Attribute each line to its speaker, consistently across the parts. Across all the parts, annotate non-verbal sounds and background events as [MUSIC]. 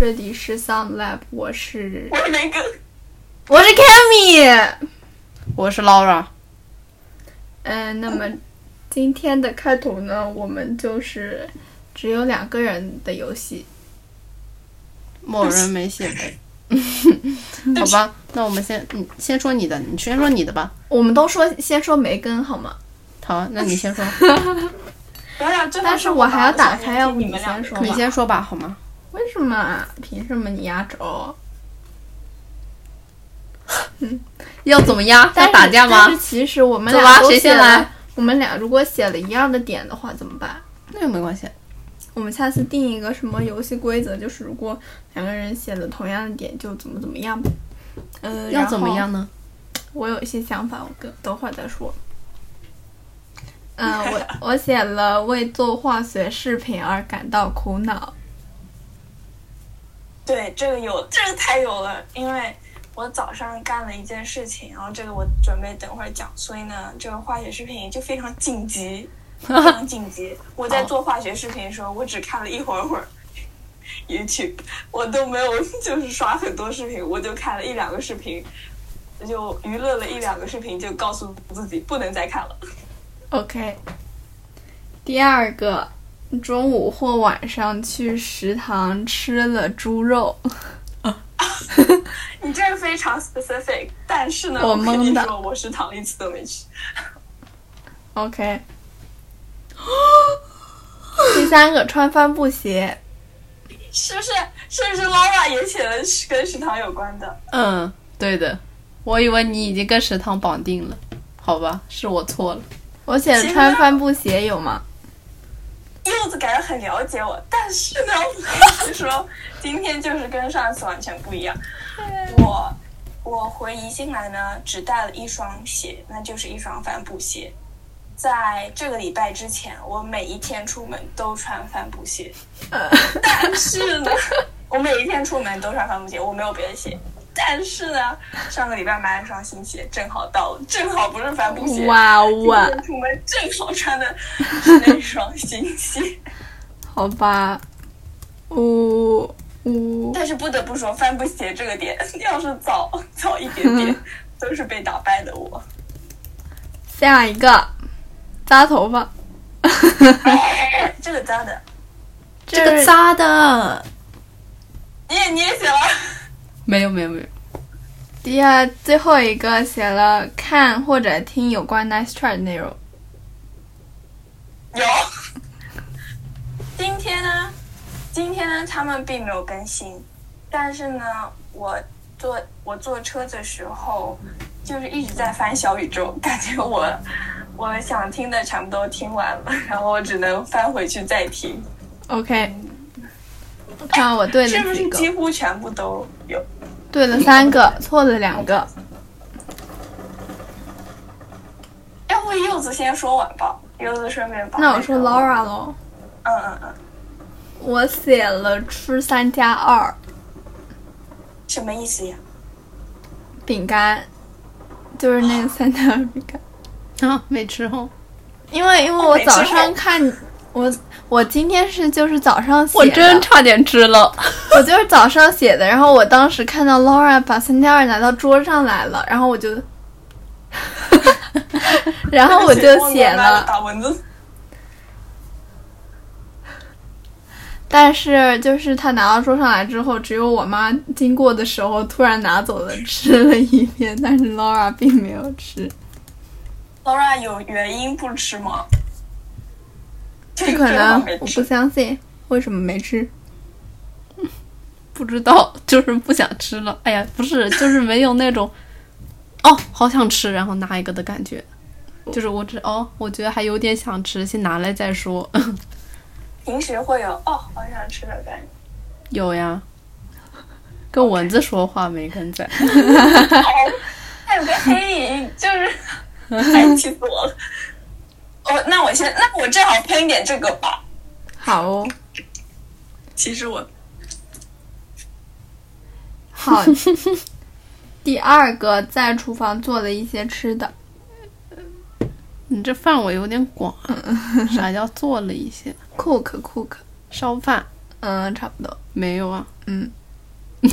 Speaker 1: 这里是 Sound Lab，我是
Speaker 2: 我是林哥，
Speaker 1: 我是 Cammy。
Speaker 3: 我是 [LAUGHS] Laura，
Speaker 1: 嗯，那么今天的开头呢，我们就是只有两个人的游戏。
Speaker 3: 某人没 [LAUGHS] 写呗。好吧，那我们先，你先说你的，你先说你的吧。
Speaker 1: 我们都说先说梅根好吗？
Speaker 3: [LAUGHS] 好，啊那你先说，
Speaker 2: 不要这么说
Speaker 1: 但是我还要打开，
Speaker 2: 我想
Speaker 1: 要不
Speaker 2: 听
Speaker 1: 你
Speaker 2: 们
Speaker 1: 先
Speaker 2: 俩
Speaker 1: 说吧。
Speaker 3: 你先说吧，好吗？
Speaker 1: 为什么啊？凭什么你压轴？
Speaker 3: 要怎么样？
Speaker 1: 但
Speaker 3: 要
Speaker 1: 是
Speaker 3: 打架吗
Speaker 1: 但是？其实我们
Speaker 3: 走
Speaker 1: 俩
Speaker 3: 吧
Speaker 1: 都
Speaker 3: 谁先
Speaker 1: 写了
Speaker 3: 来？
Speaker 1: 我们俩如果写了一样的点的话，怎么办？
Speaker 3: 那个没关系。
Speaker 1: 我们下次定一个什么游戏规则？就是如果两个人写了同样的点，就怎么怎么样。嗯、
Speaker 3: 要怎么样
Speaker 1: 呢？
Speaker 3: 呢？
Speaker 1: 我有一些想法，我跟等会儿再说。嗯、我 [LAUGHS] 我写了为做化学视频而感到苦恼。
Speaker 2: 对，这个有，这个太有了，因为我早上干了一件事情，然后这个我准备等会儿讲，所以呢，这个化学视频就非常紧急，非常紧
Speaker 1: [LAUGHS]
Speaker 2: 急。我在做化学视频的时候，我只看了一会儿会儿 [LAUGHS] YouTube，我都没有就是刷很多视频，我就看了一两个视频，我就娱乐了一两个视频，就告诉自己不能再看了。
Speaker 1: OK，第二个，中午或晚上去食堂吃了猪肉，
Speaker 2: [LAUGHS] 你这个非常 specific，但是呢，
Speaker 1: 我
Speaker 2: 跟你
Speaker 1: 懵的
Speaker 2: 说，我食堂一次都没去。
Speaker 1: OK。第三个，穿帆布鞋。
Speaker 2: 是不是是不是 Laura 也写了是跟食堂有关的？
Speaker 3: 嗯，对的。我以为你已经跟食堂绑定了，好吧，是我错了。
Speaker 1: 我写的穿帆布鞋有吗？
Speaker 2: 柚子感觉很了解我，但是呢，我跟你说，今天就是跟上次完全不一样。我我回宜兴来呢，只带了一双鞋，那就是一双帆布鞋。在这个礼拜之前，我每一天出门都穿帆布鞋，但是呢，我每一天出门都穿帆布鞋，我没有别的鞋。但是呢，上个礼拜买了一双新鞋，正好到了，正好不是帆布鞋，
Speaker 1: 哇哇
Speaker 2: 今，天出门正好穿的 [LAUGHS] 是那双新鞋。 [LAUGHS]
Speaker 1: 好吧，呜呜，
Speaker 2: 但是不得不说，帆布鞋这个点， [LAUGHS] 要是早早一点点，都是被打败的我。 [LAUGHS]
Speaker 1: 下一个，扎头发。
Speaker 2: 这个真的，
Speaker 1: 这是
Speaker 3: 渣的，
Speaker 2: 你也你也写了，
Speaker 3: 没有没有没有。
Speaker 1: 第二最后一个写了看或者听有关 Nice Try 的内容。
Speaker 2: 有。今天呢，今天呢，他们并没有更新，但是呢，我坐我坐车的时候，就是一直在翻小宇宙，感觉我我想听的全部都听完了，然后我只能翻回去再听，
Speaker 1: OK，我看我对
Speaker 2: 是
Speaker 1: 了
Speaker 2: 不
Speaker 1: 几
Speaker 2: 是
Speaker 1: 个，
Speaker 2: 几乎全部都有？
Speaker 1: 对了三个，错了两个。
Speaker 2: 要不哎柚子先说完吧，柚子顺便把
Speaker 1: 那
Speaker 2: 个
Speaker 1: 我说 Laura 喽，
Speaker 2: 嗯嗯嗯，
Speaker 1: 我写了吃三加二
Speaker 2: 什么意思呀？
Speaker 1: 饼干，就是那个三加二饼干。
Speaker 3: 啊，没吃哦。
Speaker 1: 因为因为
Speaker 2: 哦
Speaker 1: 我早上看我我今天是就是早上写的，
Speaker 3: 差点吃了。
Speaker 1: [LAUGHS] 我就是早上写的，然后我当时看到 Laura 把三加二拿到桌上来了，然后我就， [LAUGHS] 然后我就写
Speaker 2: 慢慢地
Speaker 1: 了，
Speaker 2: 打蚊子，
Speaker 1: 但是就是他拿到桌上来之后，只有我妈经过的时候突然拿走了吃了一遍，但是 Laura 并没有吃，
Speaker 2: Laura 有原因不吃吗？这
Speaker 1: 不
Speaker 2: 个
Speaker 1: 可
Speaker 2: 这个
Speaker 1: 能
Speaker 2: 我没，
Speaker 1: 我不
Speaker 2: 吃
Speaker 1: 相信，为什么没吃？
Speaker 3: 不知道， [LAUGHS] 就是不想吃了。哎呀，不是，就是没有那种，哦，好想吃，然后拿一个的感觉。就是我只哦，我觉得还有点想吃，先拿来再说。 [LAUGHS]
Speaker 2: 平时会有哦，好想吃的感觉。
Speaker 3: 有呀，跟蚊子说话没跟在。 [LAUGHS]
Speaker 2: 哦，还有个黑影，就是，哎，气死我了。哦，那我先，那我正好喷一点这个吧。
Speaker 1: 好哦，
Speaker 2: 其实我
Speaker 1: 好。 [LAUGHS] 第二个在厨房做了一些吃的，
Speaker 3: 你这范围有点广啊，啥叫做了一些
Speaker 1: cook cook，
Speaker 3: 烧饭？
Speaker 1: 嗯，差不多。
Speaker 3: 没有啊，
Speaker 1: 嗯 [LAUGHS]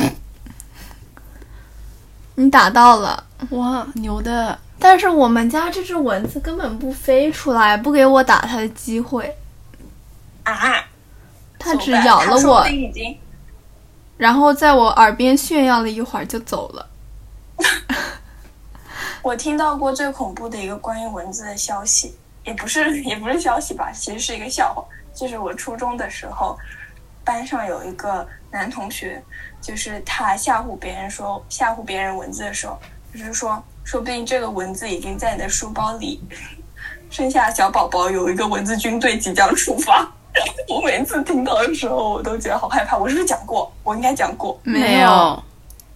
Speaker 1: 你打到了。
Speaker 3: 哇，牛的！
Speaker 1: 但是我们家这只蚊子根本不飞出来，不给我打它的机会，
Speaker 2: 啊，
Speaker 1: 它只咬了
Speaker 2: 他说
Speaker 1: 我
Speaker 2: 不，定已经
Speaker 1: 然后在我耳边炫耀了一会儿就走了。
Speaker 2: 我听到过最恐怖的一个关于蚊子的消息，也不是 [LAUGHS] 也不是消息吧，其实是一个笑话。就是我初中的时候，班上有一个男同学，就是他吓唬别人说吓唬别人蚊子的时候，就是说说不定这个蚊子已经在你的书包里， [LAUGHS] 剩下小宝宝有一个蚊子军队即将出发。 [LAUGHS] 然后我每次听到的时候，我都觉得好害怕。我是不是讲过？我应该讲过。
Speaker 1: 没有，
Speaker 3: 有，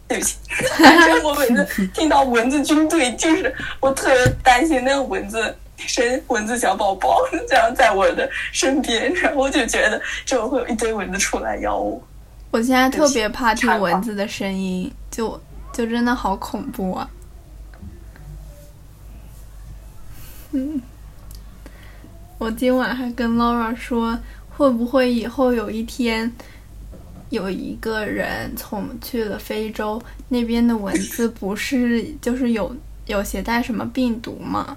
Speaker 2: 对不起，反正我每次听到蚊子军队，就是我特别担心那个蚊子身蚊子小宝宝这样在我的身边，然后我就觉得这会有一堆蚊子出来咬我。
Speaker 1: 我现在特别怕听蚊子的声音，就就真的好恐怖啊！嗯，我今晚还跟 Laura 说，会不会以后有一天，有一个人从去了非洲那边的蚊子，不是就是有有携带什么病毒吗？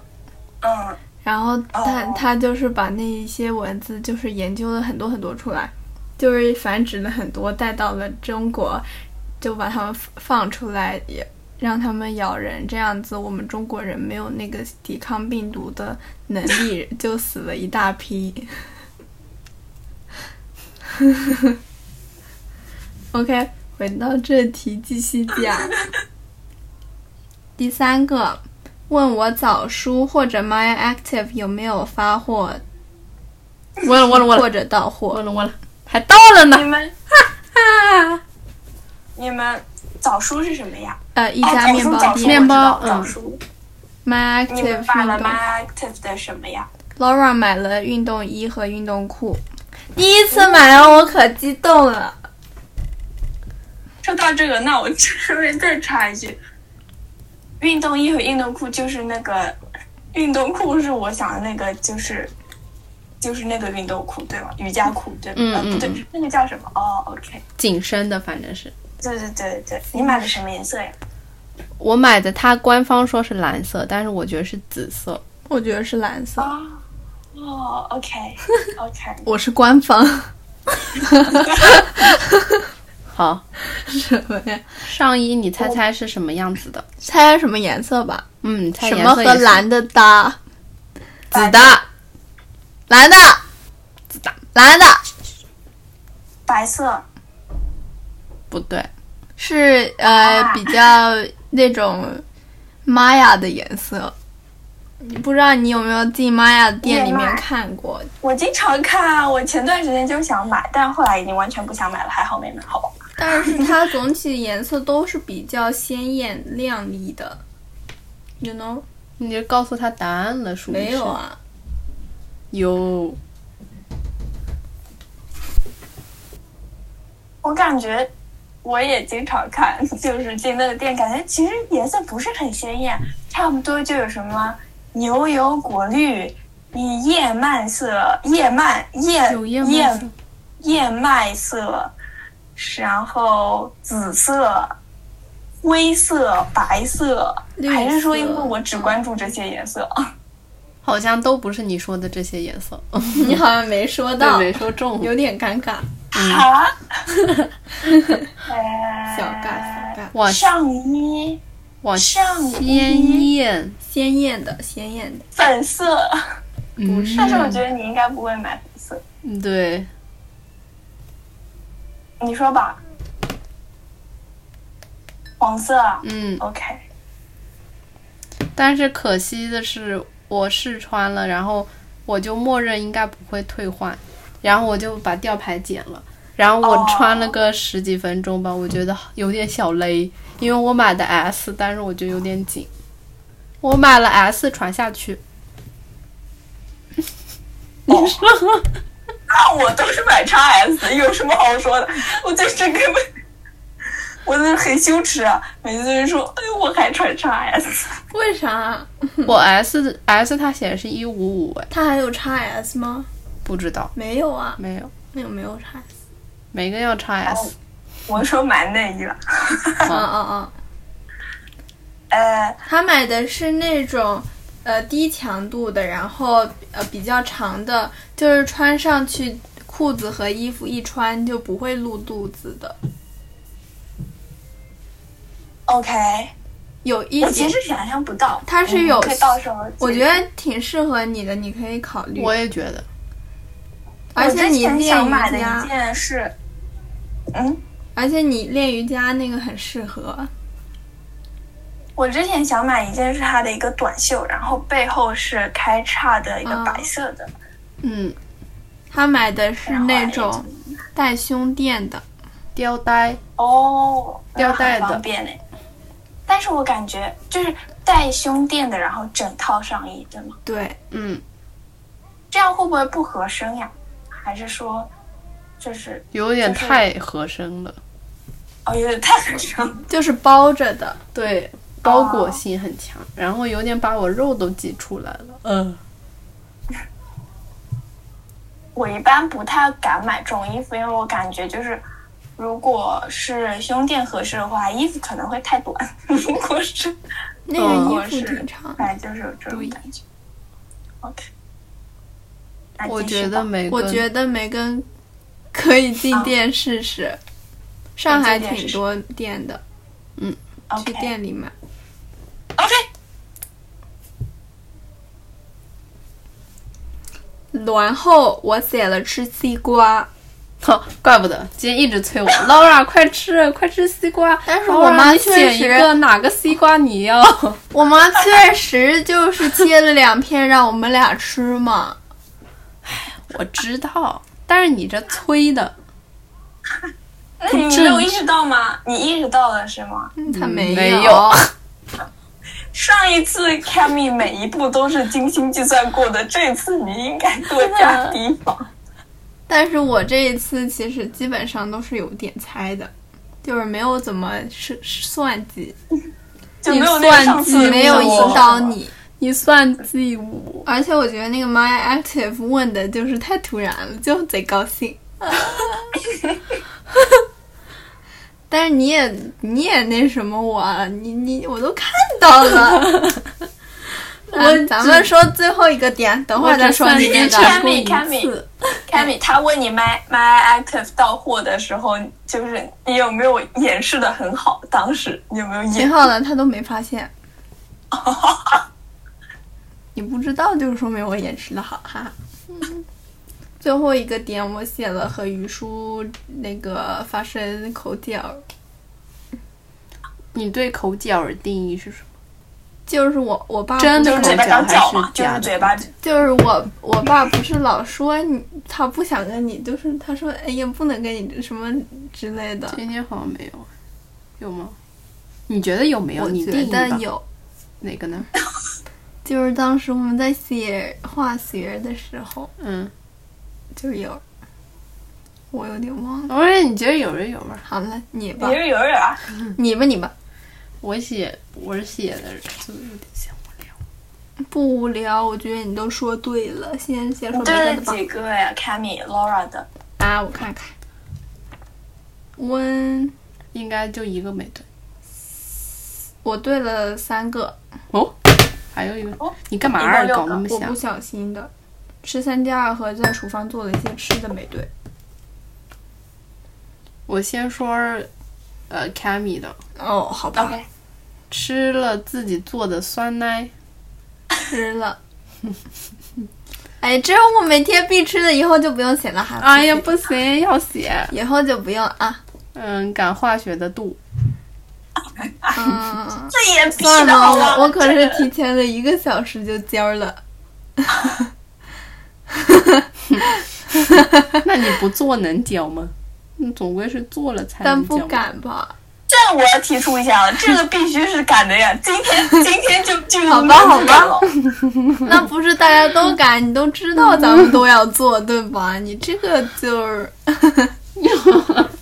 Speaker 2: 嗯，
Speaker 1: 然后他、
Speaker 2: 哦
Speaker 1: 他就是把那一些文字就是研究了很多很多出来，就是繁殖了很多，带到了中国，就把它们放放出来，也让他们咬人，这样子我们中国人没有那个抵抗病毒的能力，就死了一大批。OK，回到这题继续讲。第三个，问我早书或者 My Active 有没有发货，
Speaker 3: 我了我了我了
Speaker 1: 或者到货
Speaker 3: 我。了我了，还到了
Speaker 2: 你
Speaker 3: 呢。
Speaker 2: 们啊你们早书是什么呀？
Speaker 1: 呃，一
Speaker 2: 哦，
Speaker 1: 家面包
Speaker 2: 早书
Speaker 1: 店
Speaker 3: 面包
Speaker 2: 我知道
Speaker 3: 嗯
Speaker 2: 早书。
Speaker 1: My
Speaker 2: 你们发
Speaker 1: Active
Speaker 2: 了
Speaker 1: 运动
Speaker 2: My Active 的什么呀？
Speaker 1: ，Laura 买了运动衣和运动裤，第一次买了，我可激动了。
Speaker 2: 说到这个，那我 [LAUGHS] 顺便再插一句，运动衣和运动裤就是那个运动裤是我想的那个就是就是那个运动裤对吗？瑜伽裤对吗？
Speaker 3: 嗯
Speaker 2: 呃
Speaker 3: 嗯
Speaker 2: 不对，那个叫什么？哦，OK，
Speaker 3: 紧身的，反正是
Speaker 2: 对对对对，你买的什么颜色呀？
Speaker 3: 我买的，它官方说是蓝色，但是我觉得是紫色。
Speaker 1: 我觉得是蓝色，
Speaker 2: 啊哦，OK OK，
Speaker 3: [LAUGHS]
Speaker 1: 我是官方
Speaker 3: 好，
Speaker 1: 什么呀？
Speaker 3: 上衣你
Speaker 1: 哦
Speaker 3: 猜猜是什么样子的？
Speaker 1: 猜什么颜色吧？
Speaker 3: 嗯，猜
Speaker 1: 什
Speaker 3: 颜
Speaker 1: 么
Speaker 3: 色
Speaker 1: 和
Speaker 3: 也是
Speaker 1: 蓝的搭？
Speaker 3: 紫的。
Speaker 1: 蓝的，蓝的
Speaker 2: 白色
Speaker 3: 不对，
Speaker 1: 是呃
Speaker 2: 啊
Speaker 1: 比较那种玛雅的颜色。你不知道你有没有进玛雅店里
Speaker 2: 夜
Speaker 1: 面
Speaker 2: 麦
Speaker 1: 看过？
Speaker 2: 我经常看，啊我前段时间就想买，但后来已经完全不想买了，还好没买，好吧？
Speaker 1: 但是它总体颜色都是比较鲜艳亮丽的。You know？
Speaker 3: 你就告诉他答案了，属于是
Speaker 1: 没有？啊，
Speaker 3: 有，
Speaker 2: 我感觉我也经常看， [LAUGHS] 就是进那个店，感觉其实颜色不是很鲜艳，差不多就有什么牛油果绿、你叶曼色、叶曼叶
Speaker 1: 哎
Speaker 3: 有燕麦
Speaker 2: 叶
Speaker 3: 色
Speaker 2: 燕麦色，然后紫色、灰色、白色，
Speaker 1: 绿
Speaker 2: 还是说
Speaker 1: 色
Speaker 2: 因为我只关注这些颜色？
Speaker 3: 好像都不是你说的这些颜色，
Speaker 1: 你好像没说
Speaker 3: 对，
Speaker 1: 到，
Speaker 3: 没说中。
Speaker 1: 有点尴尬，
Speaker 2: 啊？
Speaker 1: 小尬小尬，
Speaker 3: 哇
Speaker 2: 呃上衣
Speaker 3: 哇，
Speaker 2: 上
Speaker 3: 鲜
Speaker 2: 衣
Speaker 3: 艳，
Speaker 1: 鲜艳的鲜艳的，
Speaker 2: 粉色。
Speaker 3: 不
Speaker 1: 嗯
Speaker 3: 是
Speaker 2: 但是我觉得你应该不会买粉色，
Speaker 3: 对，
Speaker 2: 你说吧。黄色啊
Speaker 3: 嗯，
Speaker 2: ，OK，
Speaker 3: 但是可惜的是，我试穿了，然后我就默认应该不会退换，然后我就把吊牌剪了。然后我
Speaker 2: 哦
Speaker 3: 穿了个十几分钟吧，我觉得有点小勒，因为我买的 S，但是我觉得有点紧。我买了 S 穿下去，
Speaker 2: 那啊我都是买 x S，有什么好说的？我就是根本，我真的很羞耻啊！每次都是说，哎，我还穿 x S，
Speaker 1: 为啥？
Speaker 3: 我 S 的 S 它显示是一五五，哎，
Speaker 1: 它还有 x S 吗？
Speaker 3: 不知道，
Speaker 1: 没有啊，
Speaker 3: 没有，
Speaker 1: 那个没有 x S，
Speaker 3: 每个要叉 S，
Speaker 2: 我说买内衣了，
Speaker 1: 嗯嗯嗯，
Speaker 2: 呃，
Speaker 1: 他买的是那种呃低强度的，然后呃比较长的，就是穿上去裤子和衣服一穿就不会露肚子的。
Speaker 2: OK，
Speaker 1: 有一
Speaker 2: 我其
Speaker 1: 点，
Speaker 2: 实想象不到，
Speaker 1: 它是有
Speaker 2: 我们可以到时候，
Speaker 1: 我觉得挺适合你的，你可以考虑。
Speaker 3: 我也觉得
Speaker 1: 而且你
Speaker 2: 我之前
Speaker 1: 练
Speaker 2: 想
Speaker 1: 瑜
Speaker 2: 买的
Speaker 1: 伽
Speaker 2: 一，件是，嗯，
Speaker 1: 而且你练瑜伽那个很适合。
Speaker 2: 我之前想买一件是它的一个短袖，然后背后是开叉的一个白色的，
Speaker 3: 嗯，
Speaker 1: 他买的是
Speaker 2: 然后还
Speaker 1: 那
Speaker 2: 有
Speaker 1: 种带胸垫的，
Speaker 3: 吊带
Speaker 2: 哦，
Speaker 3: 吊带的
Speaker 2: 那很方便哎。但是我感觉就是带胸垫的，然后整套上衣，对吗？
Speaker 1: 对，
Speaker 3: 嗯，
Speaker 2: 这样会不会不合身呀？还是说，就是
Speaker 3: 有点
Speaker 2: 就是
Speaker 3: 太合身了，
Speaker 2: 哦，有点太合身了。
Speaker 1: 就是包着的。
Speaker 3: 对，包裹性很强，
Speaker 1: 哦
Speaker 3: 然后有点把我肉都挤出来了，嗯，
Speaker 2: 我一般不太敢买这种衣服，因为我感觉就是，如果是胸垫合适的话，衣服可能会太短； [LAUGHS] 如果是
Speaker 1: 那个
Speaker 3: 嗯
Speaker 1: 衣
Speaker 2: 哦我
Speaker 1: 服
Speaker 2: 是
Speaker 1: 挺长的。
Speaker 2: 反正就是有这种感觉。OK，那
Speaker 3: 我
Speaker 2: 继续
Speaker 3: 觉得
Speaker 2: 吧
Speaker 3: 每个
Speaker 1: 我觉得梅根可以进店试试，上海挺多店的，去
Speaker 2: OK
Speaker 1: 店里买。
Speaker 2: OK，
Speaker 1: 然后我写了吃西瓜，
Speaker 3: [LAUGHS] 哼，怪不得今天一直
Speaker 1: [LAUGHS]
Speaker 3: 催我，Laura 快吃，快吃西瓜。
Speaker 1: 但是
Speaker 3: Laura，
Speaker 1: 我妈
Speaker 3: 你
Speaker 1: 确
Speaker 3: 选一
Speaker 1: 实
Speaker 3: 个哪个西瓜
Speaker 1: [LAUGHS]
Speaker 3: 你要？
Speaker 1: 我妈确实就是切了两片让我们俩吃嘛。
Speaker 3: 我知道，但是你这催的，
Speaker 2: 那你没有意识到吗？你意识到了是吗？
Speaker 1: 嗯
Speaker 3: 嗯
Speaker 1: 她没
Speaker 3: 没有
Speaker 2: 上一次 Cammy 每一步都是精心计算过的，这次你应该多加提防。
Speaker 1: 但是我这一次其实基本上都是有点猜的，就是没有怎么是是算计，
Speaker 2: 就没有那个上次
Speaker 3: 你算计
Speaker 1: 没有
Speaker 2: 那个
Speaker 1: 引导你。
Speaker 3: 你算计
Speaker 1: [LAUGHS]
Speaker 3: 我。
Speaker 1: 而且我觉得那个 My Active 问的就是太突然了，就贼高兴。但是你也你也那什么我啊你你我都看到了。
Speaker 3: [LAUGHS] 我
Speaker 1: 咱咱们说最后一个点，等会儿再说
Speaker 3: 我只
Speaker 1: 你那
Speaker 3: 算
Speaker 1: 个
Speaker 2: Cammy，
Speaker 3: 计。过一
Speaker 2: Cammy
Speaker 3: 次
Speaker 2: Cammy，他问你 My My Active 到货的时候，就是你有没有掩饰的很好？当时你有没有
Speaker 1: 挺
Speaker 2: 掩？
Speaker 1: 好的，他都没发现。 [LAUGHS] 你不知道就是说明我演示的好，哈哈。最后一个点我写了和于叔那个发生口角，
Speaker 3: 你对口角的定义是什么？
Speaker 1: 就是我我爸
Speaker 3: 真
Speaker 1: 不
Speaker 3: 的
Speaker 2: 就是是嘴
Speaker 3: 口
Speaker 2: 巴
Speaker 3: 角
Speaker 2: 当脚嘛
Speaker 3: 还，是
Speaker 2: 就
Speaker 3: 假
Speaker 2: 是
Speaker 3: 的
Speaker 2: 嘴巴
Speaker 1: 就是我我爸不是老说你他不想跟你，就是他说哎呀不能跟你什么之类的，
Speaker 3: 今天好像没有，有吗？你觉得有没有？
Speaker 1: 我
Speaker 3: 你
Speaker 1: 觉
Speaker 3: 定义
Speaker 1: 得
Speaker 3: 吧
Speaker 1: 有。
Speaker 3: 哪个呢？
Speaker 1: 就是当时我们在写化学的时候
Speaker 3: 嗯，
Speaker 1: 就有，我有点忘了。
Speaker 3: 我说你觉得有人有味儿？
Speaker 1: 好了，你吧
Speaker 2: 有，人有人啊，
Speaker 1: 你吧，你吧，
Speaker 3: 我写我写的就有点像无聊。
Speaker 1: 不无聊，我觉得你都说对了。先先说别
Speaker 2: 对
Speaker 1: 的
Speaker 2: 了
Speaker 1: 吧。
Speaker 2: 几个呀，Cammy、Laura 的。
Speaker 1: 啊，我看看，温，
Speaker 3: 应该就一个没对。
Speaker 1: 我对了三个，
Speaker 3: 哦，还有一个，
Speaker 2: 哦
Speaker 3: 你干嘛
Speaker 2: 一共
Speaker 3: 啊
Speaker 2: 六个
Speaker 3: 搞那么
Speaker 1: 我不
Speaker 3: 像？
Speaker 1: 小心的。吃三加二和在厨房做了一些吃的没对。
Speaker 3: 我先说，呃，Cammy 的
Speaker 1: 哦，好吧
Speaker 2: OK，
Speaker 3: 吃了自己做的酸奶，
Speaker 1: 吃了。 [LAUGHS] 哎，这是我每天必吃的，以后就不用写了哈。
Speaker 3: 哎呀，不行，要写，
Speaker 1: 以后就不用啊。
Speaker 3: 嗯，赶化学的度，
Speaker 1: 嗯，
Speaker 2: 这也比
Speaker 1: [LAUGHS] 算
Speaker 2: 的
Speaker 1: 了，
Speaker 2: 好吗？
Speaker 1: 我我可是提前了一个小时就交了。
Speaker 3: 那你不做能交吗？你总归是做了才
Speaker 1: 但
Speaker 3: 能交，
Speaker 1: 不敢吧？
Speaker 2: 这我要提出
Speaker 1: [LAUGHS]
Speaker 2: 一下了，这个必须是敢的呀！今天今天就就
Speaker 1: 好吧好吧
Speaker 2: 吧，
Speaker 1: 那不是大家都敢，你都知道咱们都要做，对吧？你这个就是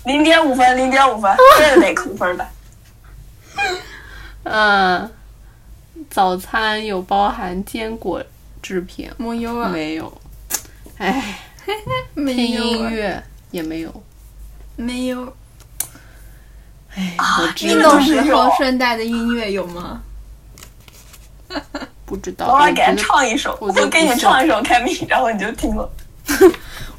Speaker 2: 零点五分，零点五分，这得扣
Speaker 1: [LAUGHS]
Speaker 2: 分的。
Speaker 3: [LAUGHS] 嗯，早餐有包含坚果制品
Speaker 1: 没有啊，
Speaker 3: 没有？哎，听
Speaker 1: 没有
Speaker 3: 音
Speaker 1: 啊，
Speaker 3: 乐也没有，
Speaker 1: 没有。
Speaker 3: 哎，我知
Speaker 1: 运
Speaker 2: 运
Speaker 1: 动
Speaker 2: 动
Speaker 1: 时
Speaker 2: 时
Speaker 1: 候
Speaker 2: 候
Speaker 1: 顺带的音乐有吗？
Speaker 3: 不知道。
Speaker 2: 偶尔
Speaker 3: 我
Speaker 2: 给他
Speaker 3: 觉得
Speaker 2: 唱一首，
Speaker 3: 我觉得
Speaker 2: 我给
Speaker 3: 不
Speaker 2: 你
Speaker 3: 是
Speaker 2: 唱一首《开米》，然后你就听了。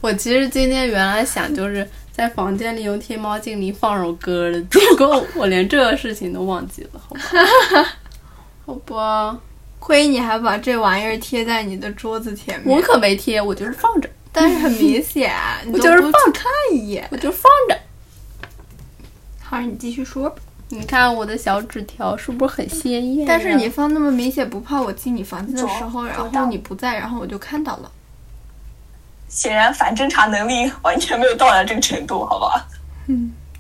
Speaker 3: 我其实今天原来想就是在房间里用天猫精灵放首歌的，结果我连这个事情都忘记了，好吧？好吧，
Speaker 1: 亏你还把这玩意儿贴在你的桌子前面，
Speaker 3: 我可没贴，我就是放着，
Speaker 1: 但是很明显啊，你
Speaker 3: 我
Speaker 1: 都
Speaker 3: 就是
Speaker 1: 不
Speaker 3: 放
Speaker 1: 看一眼。
Speaker 3: 我就放着。
Speaker 1: 好，你继续说吧。
Speaker 3: 你看我的小纸条是不是很鲜艳呀？
Speaker 1: 但是你放那么明显，不怕我进你房间的
Speaker 2: 走
Speaker 1: 时候，然
Speaker 2: 走到
Speaker 1: 后你不在，然后我就看到了。
Speaker 2: 显然反侦查能力完全没有到达这个程度，好 [LAUGHS] 吧？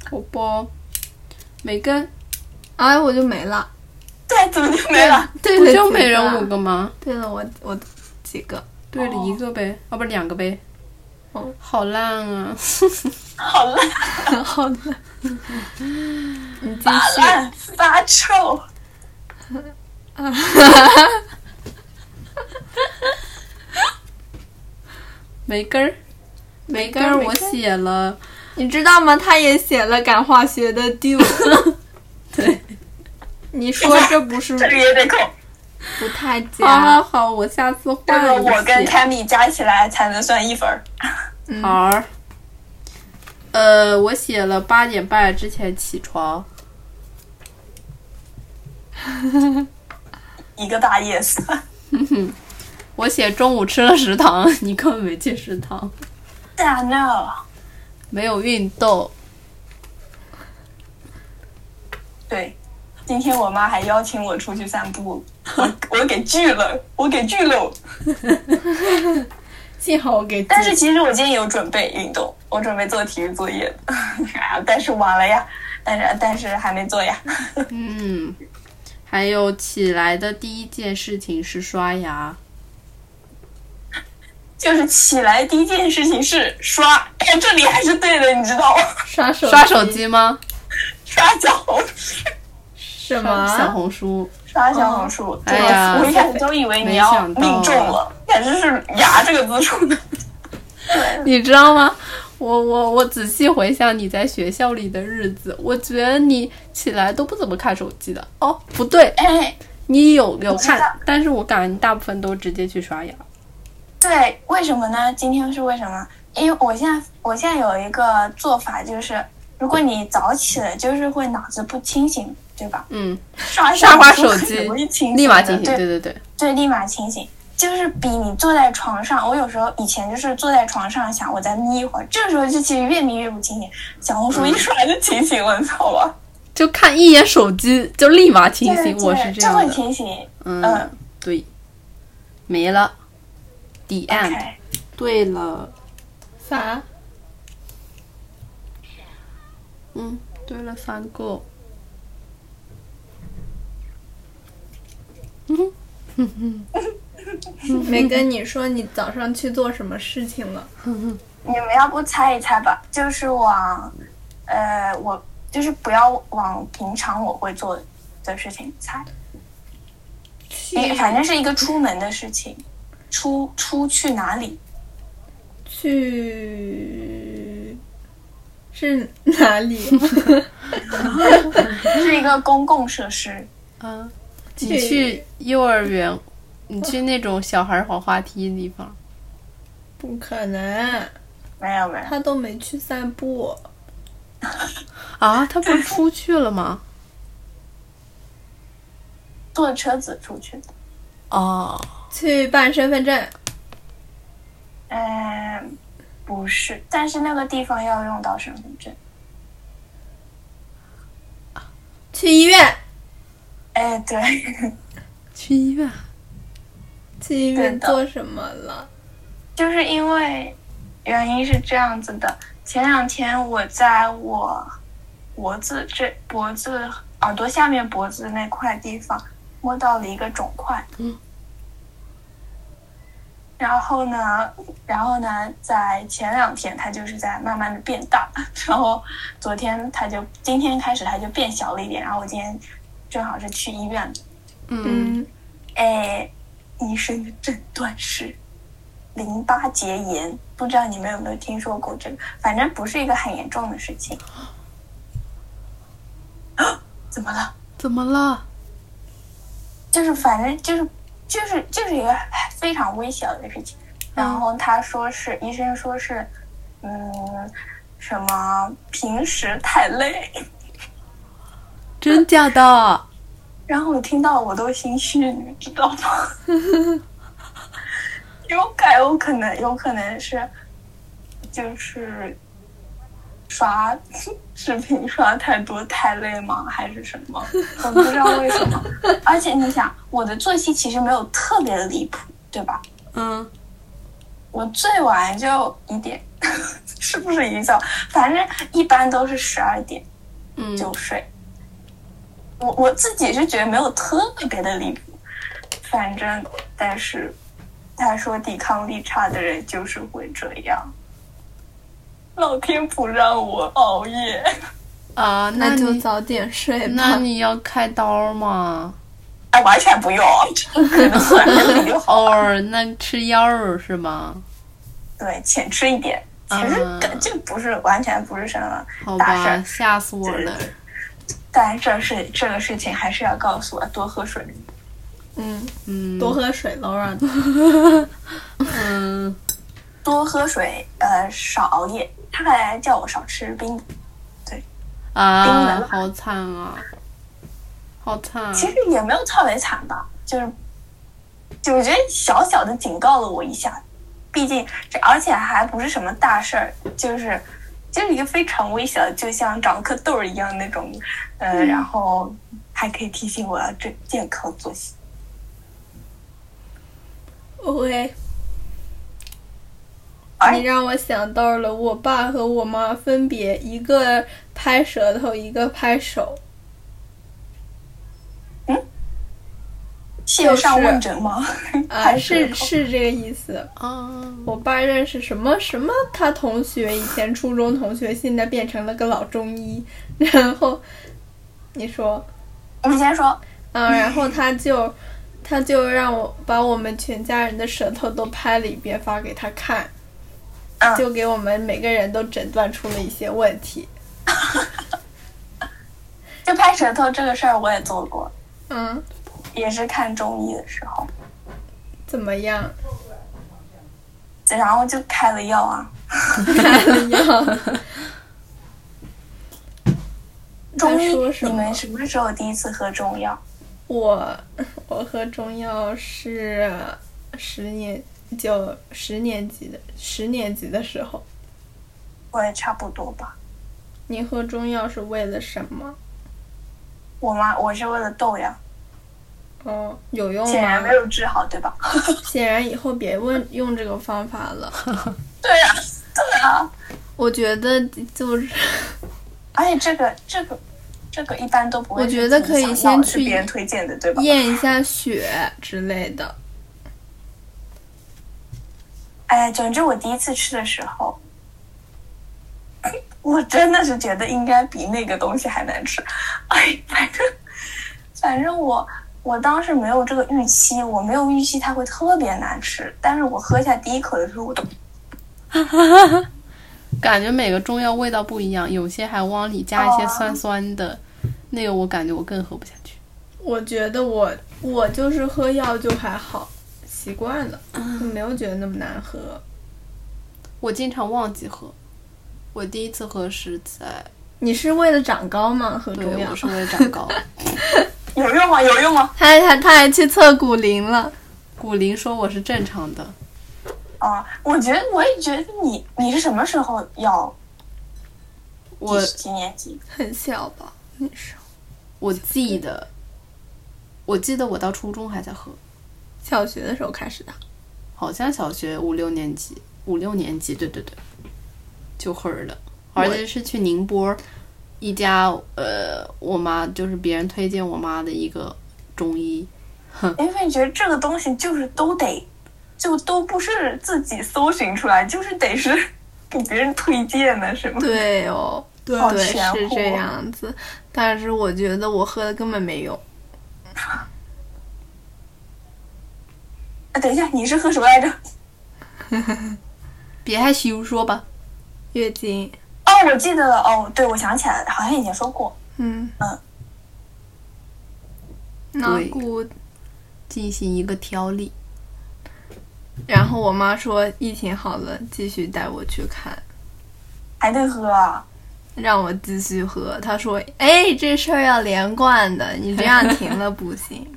Speaker 3: 好吧，没跟
Speaker 1: 哎，我就没了。
Speaker 2: 对，怎么就没了？
Speaker 1: 对
Speaker 3: 不
Speaker 1: 了，
Speaker 3: 就
Speaker 1: 几
Speaker 3: 每
Speaker 1: 个
Speaker 3: 人五个吗？
Speaker 1: 对了，我我几个？
Speaker 3: 对了一个呗，啊不是两个呗。
Speaker 1: 哦
Speaker 3: 好烂啊！
Speaker 2: 好烂，
Speaker 1: 好的， [LAUGHS] 你继
Speaker 2: 发
Speaker 1: 续。
Speaker 2: [LAUGHS] 烂，发臭。
Speaker 3: 没根儿，没根
Speaker 1: 没
Speaker 3: 儿，
Speaker 1: 根儿
Speaker 3: 我写了，
Speaker 1: 你知道吗？他也写了感化学的 due。
Speaker 3: 对，
Speaker 1: 你说这不是
Speaker 2: 这个也得扣。
Speaker 1: 不太佳？
Speaker 3: 好好好，啊我下次
Speaker 2: 这
Speaker 3: 换
Speaker 2: 个
Speaker 3: 一
Speaker 2: 我跟
Speaker 3: 写
Speaker 2: Tammy 加起来才能算一分儿。
Speaker 1: 嗯
Speaker 3: 好儿。呃，我写了八点半之前起床，
Speaker 2: 一个大 yes，
Speaker 3: 我写中午吃了食堂， [LAUGHS] 你根本没去食堂，
Speaker 2: 大 no，
Speaker 3: 没有运动，
Speaker 2: 对，今天我妈还邀请我出去散
Speaker 3: [LAUGHS]
Speaker 2: 步，我我给拒了，我给拒了。
Speaker 3: 幸好我给自
Speaker 2: 但
Speaker 3: 己
Speaker 2: 是其实我今天有准备运动，我准备做体育作业 [LAUGHS] 的，哎呀但是晚了呀，但是但是还没做呀。
Speaker 3: 嗯，还有起来的第一件事情是刷牙，
Speaker 2: 就是起来第一件事情是刷，哎，这里还是对的，你知道吗？ [LAUGHS]
Speaker 1: 刷手
Speaker 3: 刷手机吗？
Speaker 2: 刷小红书，
Speaker 1: 什
Speaker 3: 小
Speaker 1: 么？
Speaker 3: 红书，
Speaker 2: 刷小红书，
Speaker 3: 哎
Speaker 2: 对，
Speaker 3: 呀
Speaker 2: 我一开始都以为你要
Speaker 3: 没想到啊
Speaker 2: 命中了，但是是“牙”这个字出
Speaker 3: [LAUGHS]
Speaker 2: 的。
Speaker 3: 你知道吗？我我我仔细回想你在学校里的日子，我觉得你起来都不怎么看手机的。哦，不对，
Speaker 2: 哎，
Speaker 3: 你有有
Speaker 2: 知道
Speaker 3: 看，但是我感觉你大部分都直接去刷牙。
Speaker 2: 对，为什么呢？今天是为什么？因为我现在我现在有一个做法，就是如果你早起了，就是会脑子不清醒，对吧？
Speaker 3: 嗯，
Speaker 2: 刷一
Speaker 3: 刷
Speaker 2: 下
Speaker 3: 会儿
Speaker 2: 手
Speaker 3: 手
Speaker 2: 机
Speaker 3: 机
Speaker 2: 很容易清醒的，
Speaker 3: 立马清醒。对
Speaker 2: 对
Speaker 3: 对对，
Speaker 2: 对，立马清醒。就是比你坐在床上，我有时候以前就是坐在床上想我再眯一会儿，这时候就其实越眯越不清醒。小红
Speaker 3: 嗯
Speaker 2: 书一刷就清醒了，你知道吧？
Speaker 3: 就看一眼手机就立马清
Speaker 2: 对
Speaker 3: 醒，我是
Speaker 2: 对
Speaker 3: 这
Speaker 2: 这
Speaker 3: 样
Speaker 2: 会
Speaker 3: 的。
Speaker 2: 清醒。
Speaker 3: 嗯
Speaker 2: 嗯，
Speaker 3: 对，没了，the end。
Speaker 2: OK，
Speaker 3: 对了，
Speaker 1: 啥？
Speaker 3: 嗯，对了三个。
Speaker 1: 没跟你说你早上去做什么事情了？
Speaker 2: 你们要不猜一猜吧？就是往，呃，我就是不要往平常我会做的事情猜，
Speaker 1: 去
Speaker 2: 反正是一个出门的事情，出出去哪里？
Speaker 1: 去是哪 [LAUGHS] 里？
Speaker 2: 是一个公共设施。
Speaker 3: 啊，你去幼儿园，你去那种小孩儿滑滑梯的地方，
Speaker 1: 不可能，
Speaker 2: 没有没有，
Speaker 1: 他都没去散步。
Speaker 3: 啊，他不是出去了吗？
Speaker 2: 坐车子出去的。
Speaker 3: [LAUGHS] 哦，
Speaker 1: 去办身份证，
Speaker 2: 嗯、不是，但是那个地方要用到身份证。
Speaker 1: 去医院，
Speaker 2: 哎，对，
Speaker 3: 去医院。
Speaker 1: 去医院
Speaker 2: 对的
Speaker 1: 做什么了？
Speaker 2: 就是因为原因是这样子的。前两天我在我脖子这脖子耳朵下面脖子那块地方摸到了一个肿块，
Speaker 3: 嗯
Speaker 2: 然后呢，然后呢，在前两天它就是在慢慢的变大， [LAUGHS] 然后昨天它就今天开始它就变小了一点，然后我今天正好是去医院，
Speaker 3: 嗯，，
Speaker 2: 呃哎，医生的诊断是淋巴结炎。不知道你们有没有听说过这个，反正不是一个很严重的事情。啊，怎么了？
Speaker 3: 怎么了？
Speaker 2: 就是反正就是就是就是一个非常微小的事情。然后他说是医生说是，嗯，什么平时太累。
Speaker 3: 真假的？
Speaker 2: 然后我听到我都心虚，你知道吗？ [LAUGHS] 有改有可能有可能是，就是刷视频刷太多太累吗？还是什么？我不知道为什么。而且你想，我的作息其实没有特别离谱，对吧？
Speaker 3: [LAUGHS] 嗯，
Speaker 2: 我最晚就一点， [LAUGHS] 是不是一觉？反正一般都是十二点
Speaker 3: 嗯
Speaker 2: 就睡。我我自己是觉得没有特别的离谱，反正但是他说抵抗力差的人就是会这样。老天不让我熬夜，
Speaker 3: 啊，
Speaker 1: 那就
Speaker 3: 你
Speaker 1: 早点睡
Speaker 3: 那
Speaker 1: 吧。
Speaker 3: 你要开刀 [LAUGHS] 吗？
Speaker 2: 哎，完全不用，可能算了就好。
Speaker 3: 哦，那吃药儿是吗？
Speaker 2: [LAUGHS] 对，浅吃一点，其实
Speaker 3: 嗯
Speaker 2: 跟这不是完全不是什么
Speaker 3: 好
Speaker 2: 大事
Speaker 3: 吧，
Speaker 2: 儿，
Speaker 3: 吓死我了！
Speaker 2: 但这事这个事情还是要告诉我多喝水。
Speaker 1: 嗯，
Speaker 3: 嗯
Speaker 1: 多喝水喽， [LAUGHS] 让
Speaker 3: 嗯，
Speaker 2: 多喝水，呃，少熬夜。他还叫我少吃冰的，冰
Speaker 3: [LAUGHS] 啊，
Speaker 2: 冷
Speaker 3: 好惨啊，好惨啊！
Speaker 2: 其实也没有特别惨吧，就是，就我觉得小小的警告了我一下，毕竟这而且还不是什么大事儿，就是就是一个非常微小的，就像长颗痘儿一样那种，呃，
Speaker 1: 嗯
Speaker 2: 然后还可以提醒我要这健康作息。
Speaker 1: 喂，
Speaker 2: 哎
Speaker 1: 哎你让我想到了我爸和我妈分别一个拍舌头，一个拍手。
Speaker 2: 线上问诊吗？
Speaker 1: 啊，
Speaker 2: [LAUGHS] 拍
Speaker 1: 是
Speaker 2: 舌头
Speaker 1: 是这个意思。
Speaker 3: 啊，
Speaker 1: 我爸认识什么什么他同学，以前初中同学，现在变成了个老中医。然后你说，
Speaker 2: 你先说，
Speaker 1: 嗯，然后他就他就让我把我们全家人的舌头都拍了一遍发给他看，
Speaker 2: 嗯
Speaker 1: 就给我们每个人都诊断出了一些问题。
Speaker 2: 就拍舌头这个事儿我也做过，
Speaker 1: 嗯，
Speaker 2: 也是看中医的时候，
Speaker 1: 怎么样？
Speaker 2: 然后就开了药啊。
Speaker 1: 怎么样？
Speaker 2: 中医
Speaker 1: 他说什么
Speaker 2: 你们什么时候第一次喝中药？
Speaker 1: 我我喝中药是十年就十年级的十年级的时候。
Speaker 2: 我也差不多吧。
Speaker 1: 你喝中药是为了什么？
Speaker 2: 我妈我是为了豆芽，
Speaker 1: 哦，有用
Speaker 2: 显然
Speaker 1: 吗
Speaker 2: 没？有治好，对吧？
Speaker 1: 显然以后别问用这个方法了。
Speaker 2: [LAUGHS] 对呀、对啊。
Speaker 1: 我觉得就是，
Speaker 2: 而且这个这个这个一般都不会
Speaker 1: 我
Speaker 2: 是自
Speaker 1: 觉
Speaker 2: 己
Speaker 1: 得
Speaker 2: 想要的，
Speaker 1: 可以先去
Speaker 2: 是别人推荐的，对吧？
Speaker 1: 验一下血之类的。
Speaker 2: 哎，总之我第一次吃的时候， [LAUGHS] 我真的是觉得应该比那个东西还难吃。 [LAUGHS] 哎，反正反正我我当时没有这个预期，我没有预期它会特别难吃，但是我喝下第一口的时候，我都
Speaker 3: 感觉每个中药味道不一样，有些还往里加一些酸酸的，那个我感觉我更喝不下去。
Speaker 1: 我觉得我我就是喝药就还好，习惯了，
Speaker 2: 嗯
Speaker 1: 就没有觉得那么难喝。
Speaker 3: 我经常忘记喝，我第一次喝是在
Speaker 1: 你是为了长高吗？喝
Speaker 3: 对，
Speaker 1: 中药
Speaker 3: 我？是为了
Speaker 1: [LAUGHS]
Speaker 3: 长高。
Speaker 2: 有用吗？有用吗？
Speaker 1: 他还他他还去测骨龄了。
Speaker 3: 古灵说我是正常的，
Speaker 2: 啊，我觉得我也觉得你你是什么时候要
Speaker 3: 我
Speaker 2: 几几年级？
Speaker 1: 很小吧，那时候
Speaker 3: 我记得，我记得我到初中还在喝，
Speaker 1: 小学的时候开始的。
Speaker 3: 好像小学五六年级，五六年级，对对对，就喝了，而且是去宁波一家呃，我妈就是别人推荐我妈的一个中医，
Speaker 2: 因为觉得这个东西就是都得，就都不是自己搜寻出来，就是得是 [LAUGHS] 给别人推荐的，是吗？
Speaker 1: 对哦，对
Speaker 2: 好玄乎
Speaker 1: 是这样子。但是我觉得我喝的根本没用。
Speaker 2: 啊啊，等一下，你是喝什么来着？
Speaker 3: 别害羞说吧。
Speaker 1: 月经，
Speaker 2: 哦，我记得了，哦，对，我想起来了，好像以前说过，
Speaker 1: 嗯
Speaker 2: 嗯，
Speaker 1: 脑骨。
Speaker 3: 进行一个调理，
Speaker 1: 然后我妈说疫情好了，继续带我去看，
Speaker 2: 还得喝啊。
Speaker 1: 让我继续喝。她说：“哎，这事儿要连贯的，你这样停了不行。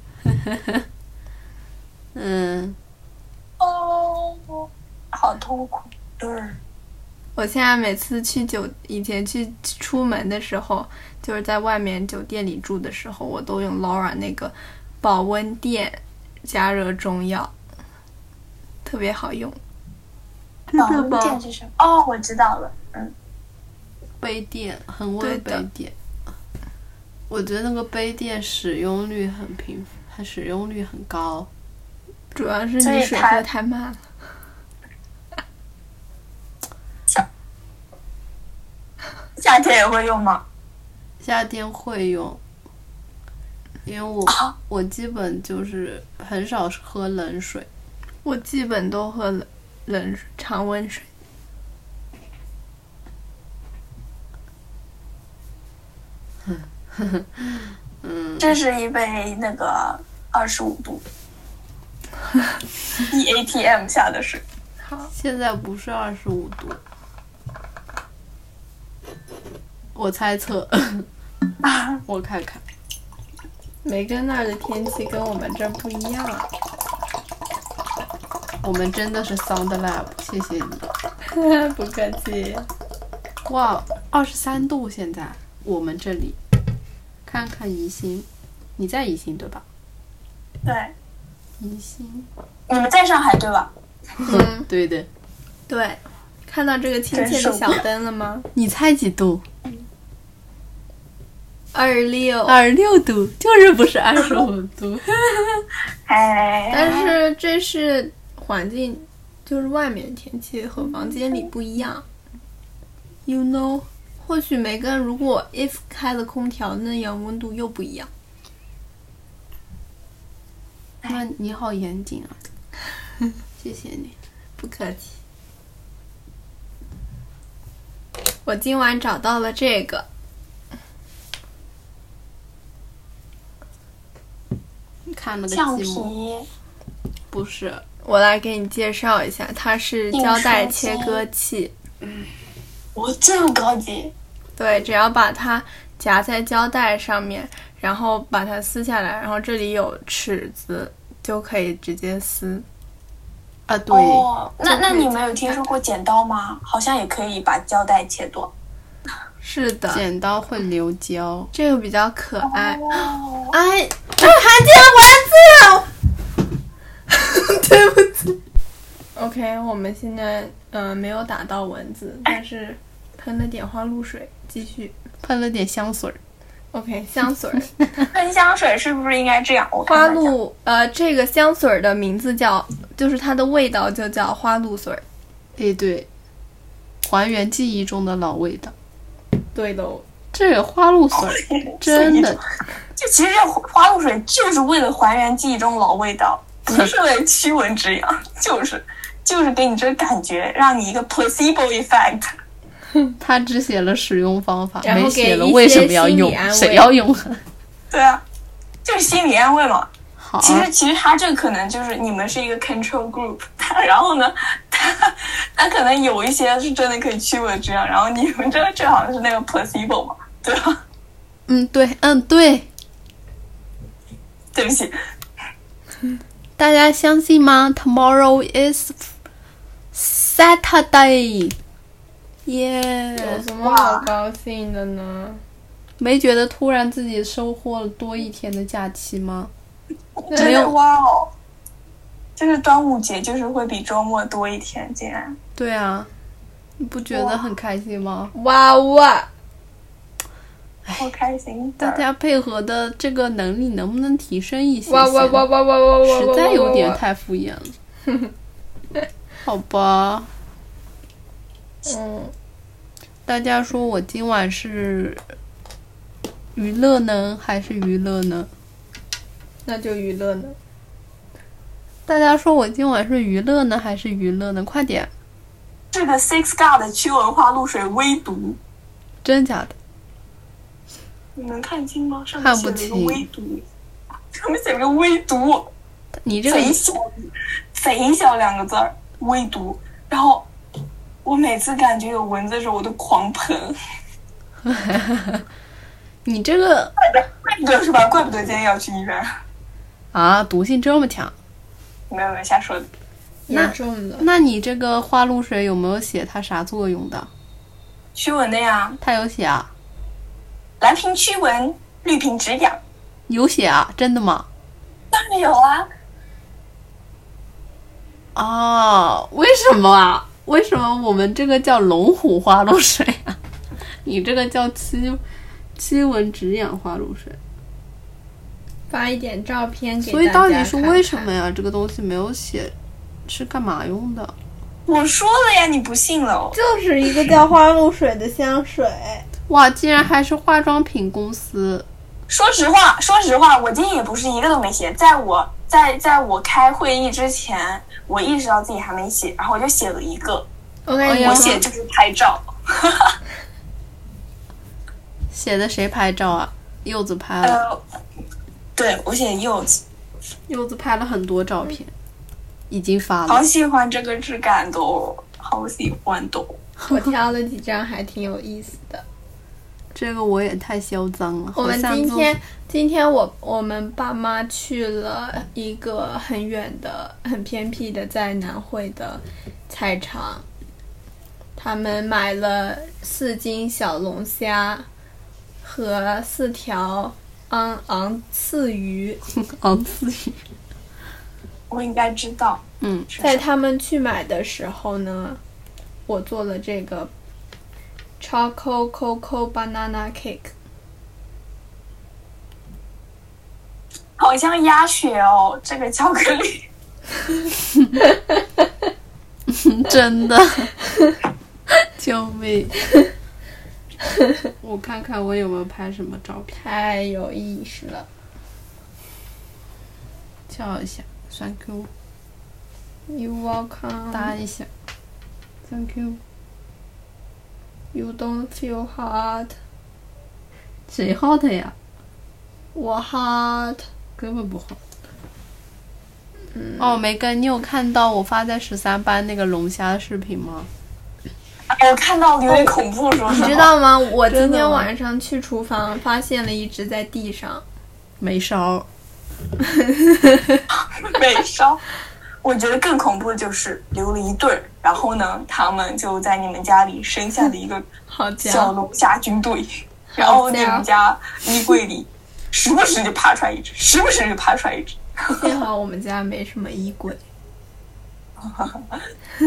Speaker 3: 嗯，
Speaker 2: 哦，好痛苦。嗯，”
Speaker 1: 我现在每次去酒，以前去出门的时候，就是在外面酒店里住的时候，我都用 Laura 那个保温垫加热中药，特别好用。
Speaker 2: 保温垫是什么？哦，我知道了，嗯，
Speaker 3: 杯垫，恒
Speaker 1: 对
Speaker 3: 温杯
Speaker 1: 的
Speaker 3: 垫。我觉得那个杯垫使用率很频，它使用率很高。
Speaker 1: 主要是
Speaker 2: 所
Speaker 1: 你
Speaker 2: 以
Speaker 1: 水
Speaker 2: 它
Speaker 1: 喝太慢了。
Speaker 2: 夏天也会用吗？
Speaker 3: 夏天会用，因为我
Speaker 2: 啊
Speaker 3: 我基本就是很少喝冷水，
Speaker 1: 我基本都喝冷冷水常温水。
Speaker 2: 这是一杯那个二十五
Speaker 3: [LAUGHS]
Speaker 2: 度 E A T M 下的水。
Speaker 3: 现在不是二十五度，我猜测， [LAUGHS] 我看看，
Speaker 1: 梅根那儿的天气跟我们这儿不一样。
Speaker 3: 我们真的是 Sound Lab，谢谢你。
Speaker 1: 不客气。
Speaker 3: 哇，二十三度现在我们这里，看看宜兴，你在宜兴对吧？
Speaker 2: 对，
Speaker 3: 宜兴，
Speaker 2: 你们在上海对吧？
Speaker 1: 嗯，
Speaker 3: 对的。
Speaker 1: 对，看到这个亲切的小灯了吗？
Speaker 3: 你猜几度？
Speaker 1: 二十六。
Speaker 3: 二十六度，就是不是二十五 [LAUGHS] 度。
Speaker 2: 哎，
Speaker 1: 但是这是环境，就是外面天气和房间里不一样。You know，或许梅根如果 if 开了空调，那样温度又不一样。
Speaker 3: 那哎你好严谨啊， [LAUGHS] 谢谢你。
Speaker 1: 不客气。我今晚找到了这个，
Speaker 3: 看了个
Speaker 2: 橡
Speaker 3: 寂寞，
Speaker 2: 皮
Speaker 3: 不是
Speaker 1: 我来给你介绍一下，它是胶带切割器。
Speaker 2: 我这么高级，
Speaker 1: 对，只要把它夹在胶带上面，然后把它撕下来，然后这里有尺子，就可以直接撕。
Speaker 3: 啊，对，
Speaker 2: 哦，那
Speaker 1: 就可以
Speaker 2: 那你们有听说过剪刀吗？好像也可以把胶带切断。
Speaker 1: 是的，
Speaker 3: 剪刀会流胶。
Speaker 1: 这个比较可爱。
Speaker 2: 哦，
Speaker 1: 哎，看见丸子 [LAUGHS] 了，对不起。OK，我们现在呃没有打到蚊子，但是喷了点花露水，继续。
Speaker 3: 喷了点香水儿，
Speaker 1: OK，香水儿
Speaker 2: 喷香水是不是应该这样？我看
Speaker 1: 花
Speaker 2: 看
Speaker 1: 露，呃，这个香水儿的名字叫，就是它的味道就叫花露水儿。
Speaker 3: 哎，对，还原记忆中的老味道。
Speaker 1: 对喽，
Speaker 3: 这个花露 [LAUGHS] 水儿真的，
Speaker 2: 这其实这花露水就是为了还原记忆中老味道，不是为了驱蚊止痒，就是就是给你这个感觉，让你一个 placebo effect。
Speaker 3: 他只写了使用方法，
Speaker 1: 然后
Speaker 3: 没写
Speaker 1: 给
Speaker 3: 了
Speaker 1: 一
Speaker 3: 为
Speaker 1: 些
Speaker 3: 什么要
Speaker 1: 心理
Speaker 3: 用
Speaker 1: 安，慰
Speaker 3: 谁要用啊？
Speaker 2: 对啊，就是心理安慰嘛。
Speaker 3: 好，啊
Speaker 2: 其实其实他这可能就是你们是一个 control group，他 [LAUGHS] 然后呢，他他可能有一些是真的可以驱蚊止痒，然后你们这这好像是那个 placebo 嘛，对吧？ [LAUGHS]
Speaker 3: 嗯，对，嗯，对，
Speaker 2: 对不起，
Speaker 3: 大家相信吗？Tomorrow is Saturday，耶、
Speaker 1: 有什么好高兴的呢？
Speaker 3: 没觉得突然自己收获了多一天的假期吗？
Speaker 2: 真
Speaker 3: 没
Speaker 2: 的
Speaker 3: 有
Speaker 2: 哇哦！就是端午节，就是会比周末多一天，竟然。
Speaker 3: 对啊，你不觉得很开心吗？
Speaker 1: 哇哇，
Speaker 2: 好开心的
Speaker 3: 大家配合的这个能力能不能提升一些些
Speaker 1: 哇
Speaker 3: 呢？
Speaker 1: 哇哇哇哇哇哇！
Speaker 3: 实在有点
Speaker 1: 哇
Speaker 3: 太敷衍了。好吧，
Speaker 1: 嗯。
Speaker 3: 大家说我今晚是娱乐呢，还是娱乐呢？
Speaker 1: 那就娱乐呢。
Speaker 3: 大家说我今晚是娱乐呢，还是娱乐呢？快点！
Speaker 2: 这个 Six God 的驱蚊花露水微毒，
Speaker 3: 真假的？
Speaker 2: 你能看清吗？上面
Speaker 3: 看不
Speaker 2: 写了一个
Speaker 3: 清
Speaker 2: 微毒， [LAUGHS] 上面写了个微毒，
Speaker 3: 你这个
Speaker 2: 贼小，贼小两个字儿，微毒。然后我每次感觉有蚊子的时候，我都狂喷，
Speaker 3: [LAUGHS]
Speaker 2: [LAUGHS]
Speaker 3: 你这个
Speaker 2: 怪不得是吧？怪不得今天要去医院。
Speaker 3: 啊，毒性这么强？
Speaker 2: 没有没有瞎说的，
Speaker 1: 严重的，
Speaker 3: 那你这个花露水有没有写它啥作用的？
Speaker 2: 驱蚊的呀，
Speaker 3: 它有写啊，
Speaker 2: 蓝瓶驱蚊，绿瓶止痒，
Speaker 3: 有写啊，真的吗？
Speaker 2: 当然有啊。
Speaker 3: 啊，为什么啊？为什么我们这个叫龙虎花露水啊？你这个叫七七蚊止痒花露水，
Speaker 1: 发一点照片给
Speaker 3: 所以
Speaker 1: 大
Speaker 3: 到
Speaker 1: 家
Speaker 3: 底是
Speaker 1: 看
Speaker 3: 为什
Speaker 1: 看
Speaker 3: 么呀？这个东西没有写是干嘛用的？
Speaker 2: 我说了呀，你不信了哦。
Speaker 4: 就是一个叫花露水的香水，
Speaker 3: 哇，竟然还是化妆品公司！
Speaker 2: 说实话，说实话，我今天也不是一个都没写。在我在在我开会议之前，我意识到自己还没写，然后我就写了一个，
Speaker 1: [LAUGHS] 我感
Speaker 3: 哎
Speaker 1: 觉
Speaker 3: 呀
Speaker 2: 我写的就是拍照。
Speaker 3: 写的谁拍照啊？柚子拍
Speaker 1: 嗯
Speaker 3: 了，
Speaker 2: 呃，对我写柚子，
Speaker 3: 柚子拍了很多照片，已经发
Speaker 1: 嗯
Speaker 3: 了
Speaker 2: 好。喜欢这个质感的哦，好喜欢的哦。
Speaker 1: 我挑了几张还挺有意思的。
Speaker 3: 这个我也太嚣张了。
Speaker 1: 我们
Speaker 3: 好像
Speaker 1: 今
Speaker 3: 做 [LAUGHS]
Speaker 1: 天今天我我们爸妈去了一个很远的、很偏僻的，在南汇的菜场，他们买了四斤小龙虾和四条昂昂刺鱼。
Speaker 3: 昂自己
Speaker 2: 我应该知道，
Speaker 3: 嗯， [LAUGHS]
Speaker 1: 在他们去买的时候呢，我做了这个 choco coco banana cake。
Speaker 2: 好像鸭血哦，这个巧克力。 [LAUGHS]
Speaker 1: [LAUGHS]
Speaker 3: 真的，救命！我看看我有没有拍什么照片，
Speaker 1: 太有意思了！
Speaker 3: 叫一下，thank you，
Speaker 1: You welcome.
Speaker 3: 搭一下，thank you，
Speaker 1: You don't feel hot.
Speaker 3: 谁好的呀？
Speaker 1: 我 hot.
Speaker 3: 根本不好。哦，梅根，你有看到我发在十三班那个龙虾的视频吗？
Speaker 2: 哎我看到了有点恐怖，说实
Speaker 1: 你知
Speaker 2: 话。
Speaker 1: 道
Speaker 2: [LAUGHS]
Speaker 1: 吗？我今
Speaker 3: 真的
Speaker 1: 天
Speaker 3: 吗
Speaker 1: 晚上去厨房，发现了一只在地上。
Speaker 3: 没烧，
Speaker 2: 美烧。我觉得更恐怖的就是留了一对儿，然后呢，他们就在你们家里生下了一个
Speaker 1: 好家
Speaker 2: 小
Speaker 1: 伙！
Speaker 2: 龙虾军队，然后你们家衣
Speaker 1: [LAUGHS]
Speaker 2: 柜里时不时就爬出来一只，时不时就爬出来一只。
Speaker 1: 幸好我们家没什么衣柜。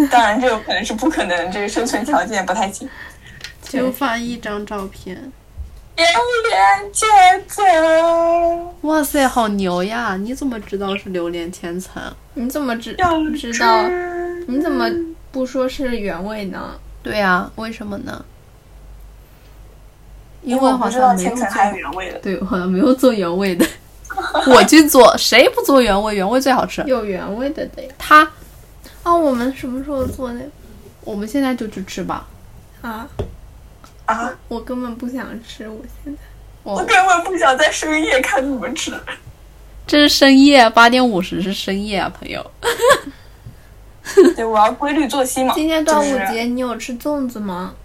Speaker 2: 当然，这个可能是不可能，这个生存条件不太行。
Speaker 3: 就发一张照片。
Speaker 2: 榴莲姐姐，
Speaker 3: 哇塞，好牛呀！你怎么知道是榴莲千层？
Speaker 1: 你怎么知
Speaker 2: 要
Speaker 1: 知道？你怎么不说是原味呢？
Speaker 3: 对呀、为什么呢？因
Speaker 2: 因
Speaker 3: 为
Speaker 2: 为我
Speaker 3: 好
Speaker 2: 不知
Speaker 3: 像
Speaker 2: 道
Speaker 3: 没有
Speaker 2: 千层
Speaker 3: 做
Speaker 2: 还有原味的。
Speaker 3: 对，我好像没有做原味 [LAUGHS] 的，我去做，谁不做原味？原味最好吃。
Speaker 1: 有原味的的呀。
Speaker 3: 他，
Speaker 1: 啊，我们什么时候做那
Speaker 3: 我们现在就去吃吧。
Speaker 1: 啊？
Speaker 2: 啊！
Speaker 1: 我根本不想吃，我现在。
Speaker 2: 我
Speaker 3: 我
Speaker 2: 根本不想在深夜看你们
Speaker 1: [LAUGHS]
Speaker 2: 吃。
Speaker 3: 这是深夜八点五十是深夜啊，朋友。
Speaker 2: 对，我要规律作息嘛。
Speaker 1: 今天端午
Speaker 2: 就是
Speaker 1: 节你有吃粽子吗？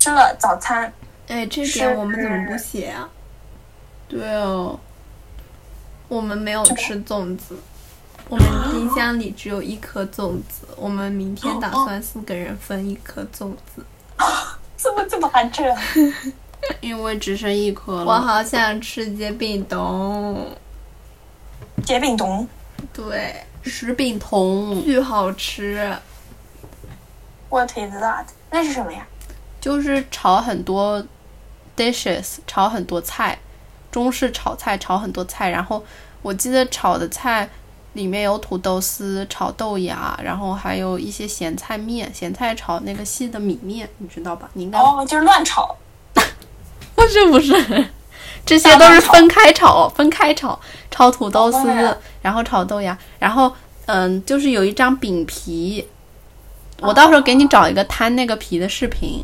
Speaker 2: 吃了早餐，
Speaker 1: 哎，这
Speaker 2: 是
Speaker 1: 点我们怎么不写啊？
Speaker 3: 对哦，
Speaker 1: 我们没有吃粽子，我们冰箱里只有一颗粽子，我们明天打算四个人分一颗粽子。
Speaker 2: 怎么怎么啊还这样？
Speaker 3: 因为只剩一
Speaker 1: 我
Speaker 3: 颗了。
Speaker 1: 好想吃煎饼冻，
Speaker 2: 煎饼冻，
Speaker 1: 对，
Speaker 3: 石饼童
Speaker 1: 巨好吃。
Speaker 2: 我腿子大的，那是什么呀？
Speaker 3: 就是炒很多 dishes，炒很多菜，中式炒菜炒很多菜，然后我记得炒的菜里面有土豆丝、炒豆芽，然后还有一些咸菜面，咸菜炒那个细的米面，你知道吧？你应该
Speaker 2: 哦，就是乱炒。
Speaker 3: 不是不是， [LAUGHS] 这些都是分开炒，分开炒，炒土豆丝
Speaker 2: 炒豆芽，
Speaker 3: 然后炒豆芽，然后嗯，就是有一张饼皮，我到时候给你找一个摊那个皮的视频，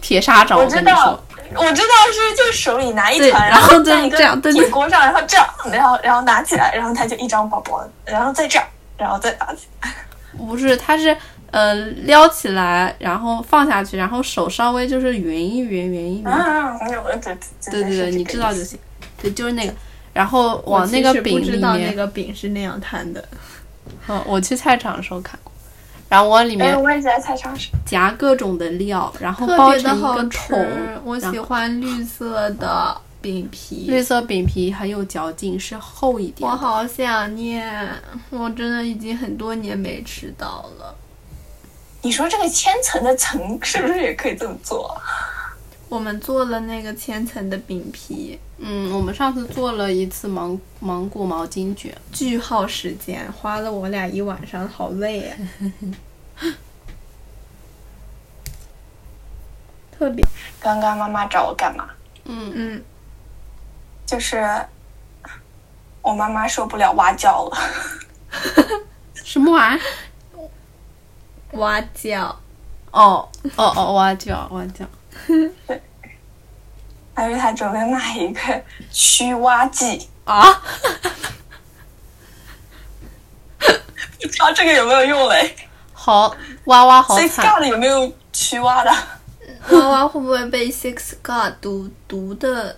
Speaker 3: 铁砂掌，
Speaker 2: 我
Speaker 3: 我
Speaker 2: 知
Speaker 3: 跟你
Speaker 2: 道
Speaker 3: 说，，
Speaker 2: 我知道是就手里拿一
Speaker 3: 对
Speaker 2: 团，
Speaker 3: 然后
Speaker 2: 在
Speaker 3: 再
Speaker 2: 一个
Speaker 3: 这样对对
Speaker 2: 铁锅上，然后这样，然后然后拿起来，然后它就一张薄薄的，然后再这样，然后再拿起来。
Speaker 3: 不是，它是呃撩起来，然后放下去，然后手稍微就是匀一匀，匀一匀，
Speaker 2: 啊，我有，对
Speaker 3: 嗯对对对，你知道就。行，对，就是那个，然后
Speaker 1: 我
Speaker 3: 往那个
Speaker 1: 其实
Speaker 3: 饼
Speaker 1: 不知
Speaker 3: 里
Speaker 1: 道那
Speaker 3: 面，
Speaker 1: 个饼是那样摊的。
Speaker 3: 嗯，我去菜场的时候看过，然后往里
Speaker 2: 哎，
Speaker 3: 面
Speaker 2: 我也在菜场吃。
Speaker 3: 夹各种的料，然后
Speaker 1: 特
Speaker 3: 包
Speaker 1: 别的
Speaker 3: 成一
Speaker 1: 好
Speaker 3: 个
Speaker 1: 吃
Speaker 3: 桶，，
Speaker 1: 我
Speaker 3: 然
Speaker 1: 喜
Speaker 3: 后
Speaker 1: 欢绿色的饼皮。
Speaker 3: 绿色饼皮很有嚼劲，是厚一点
Speaker 1: 我
Speaker 3: 的。
Speaker 1: 好想念，我真的已经很多年没吃到了。
Speaker 2: 你说这个千层的层是不是也可以这么做？
Speaker 1: 我们做了那个千层的饼皮，
Speaker 3: 嗯，我们上次做了一次芒芒果毛巾卷，
Speaker 1: 巨耗时间，花了我俩一晚上，好累啊
Speaker 3: [LAUGHS]
Speaker 1: 呀。特别，
Speaker 2: 刚刚妈妈找我干嘛？
Speaker 3: 嗯，
Speaker 1: 嗯，
Speaker 2: 就是我妈妈受不了挖胶了。
Speaker 3: 什么玩意儿？
Speaker 1: 挖角，
Speaker 3: 哦哦 [LAUGHS] 哦，挖角挖角，
Speaker 2: 他说他准备买一个驱蛙剂
Speaker 3: 啊，
Speaker 2: 不知道这个有没有用嘞？
Speaker 3: 好挖挖好
Speaker 2: Six
Speaker 3: 惨，
Speaker 2: God 有没有驱蛙的？
Speaker 1: 娃娃会不会被 Six God 毒毒的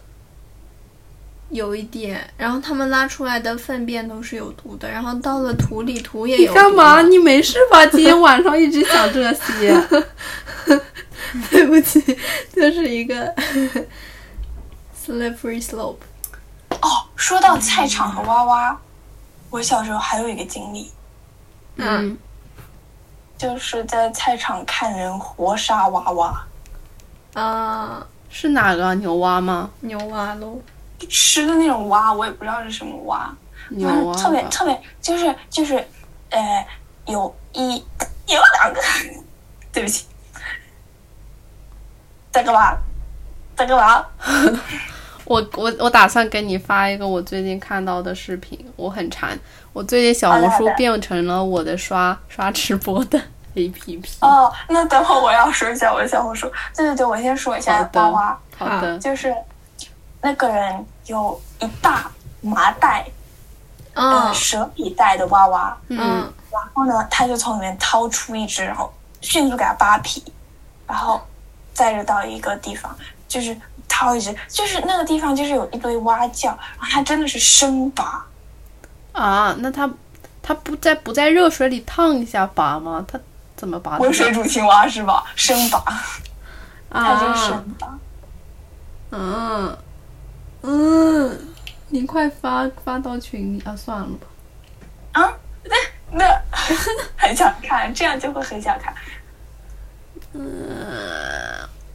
Speaker 1: 有一点？然后他们拉出来的粪便都是有毒的，然后到了土里，土
Speaker 3: 哎
Speaker 1: 也有毒。
Speaker 3: 你没事吧？今天晚上一直想这些。
Speaker 1: 对不起， [LAUGHS] 就是一个 [LAUGHS] slippery slope。
Speaker 2: 哦，说到菜场和蛙蛙，我小时候还有一个经历，
Speaker 3: [LAUGHS] 嗯，
Speaker 2: 就是在菜场看人活杀娃娃，
Speaker 1: 啊，
Speaker 3: 是哪个牛蛙吗？
Speaker 1: 牛蛙喽，
Speaker 2: 吃的那种蛙，我也不知道是什么蛙，
Speaker 3: 牛
Speaker 2: 嗯，
Speaker 3: 蛙
Speaker 2: 特别
Speaker 3: 吧
Speaker 2: 特别，就是就是，呃，有一有两个， [LAUGHS] 对不起，在干嘛？在干嘛？
Speaker 3: 我我我打算给你发一个我最近看到的视频，我很馋。我最近小
Speaker 2: 好的
Speaker 3: 红书
Speaker 2: 好的
Speaker 3: 变成了我的刷刷直播的 [LAUGHS] A P P。
Speaker 2: 哦，那等会儿我要说一下我的小红书。对对对，我先说一
Speaker 3: 好
Speaker 2: 下
Speaker 3: 的
Speaker 2: 娃娃，
Speaker 3: 好的，
Speaker 2: 就是那个人有一大麻袋，呃，
Speaker 1: 嗯
Speaker 2: 蛇皮袋的娃娃，
Speaker 3: 嗯，
Speaker 2: 然后呢，他就从里面掏出一只，然后迅速给它扒皮，然后载着到一个地方，就是掏一只，就是那个地方就是有一堆蛙叫，然后它真的是生拔，
Speaker 3: 啊，那它它不在不在热水里烫一下拔吗？它怎么拔的
Speaker 2: 温水煮青蛙是吧？生拔，它就是
Speaker 3: 啊？
Speaker 2: 生拔。
Speaker 3: 嗯嗯，你快发发到群里啊！算了吧，
Speaker 2: 啊，那 [LAUGHS] 那很想看，这样就会很想看。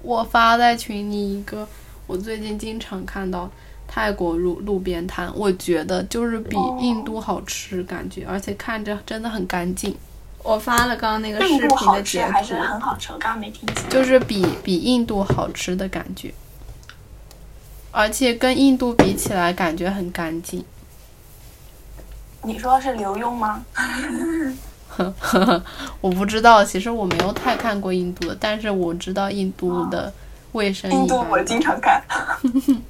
Speaker 3: 我发在群里一个我最近经常看到泰国路路边摊，我觉得就是比
Speaker 2: 哦
Speaker 3: 印度好吃，感觉、而且看着真的很干净，
Speaker 1: 我发了刚刚那个视
Speaker 2: 印度
Speaker 1: 频
Speaker 2: 好
Speaker 1: 的
Speaker 2: 吃
Speaker 1: 截
Speaker 2: 还
Speaker 1: 图
Speaker 2: 是。很好吃，我刚刚没听清。
Speaker 3: 就是比比印度好吃的感觉，而且跟印度比起来感觉很干净。 [LAUGHS]
Speaker 2: 你说是刘墉吗？
Speaker 3: 我不知道，其实我没有太看过印度的，但是我知道印度的卫生
Speaker 2: 啊印
Speaker 3: 一
Speaker 2: 度我
Speaker 3: 般。
Speaker 2: 经常看。 [LAUGHS]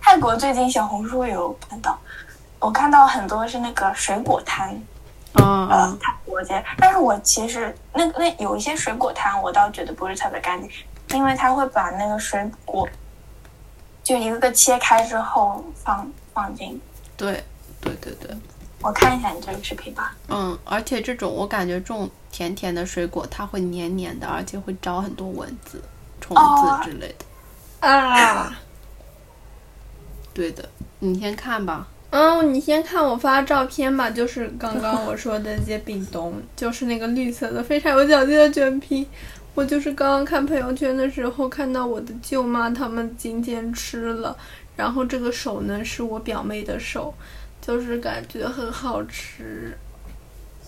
Speaker 2: 泰国最近小红书有看到，我看到很多是那个水果摊，
Speaker 3: 啊
Speaker 2: 呃
Speaker 3: 啊，
Speaker 2: 泰国街。但是我其实那那有一些水果摊，我倒觉得不是特别干净，因为他会把那个水果就一个个切开之后放放进。
Speaker 3: 对对对对，
Speaker 2: 我看一下你这个视频吧。
Speaker 3: 嗯，而且这种我感觉这种甜甜的水果，它会黏黏的，而且会招很多蚊子、虫
Speaker 2: 哦
Speaker 3: 子之类的。
Speaker 1: 啊，
Speaker 3: 对的，你先看吧。
Speaker 1: 嗯，你先看我发的照片吧，就是刚刚我说的那些饼东，就是那个绿色的非常有嚼劲的卷皮。我就是刚刚看朋友圈的时候，看到我的舅妈他们今天吃了，然后这个手呢是我表妹的手，就是感觉很好吃。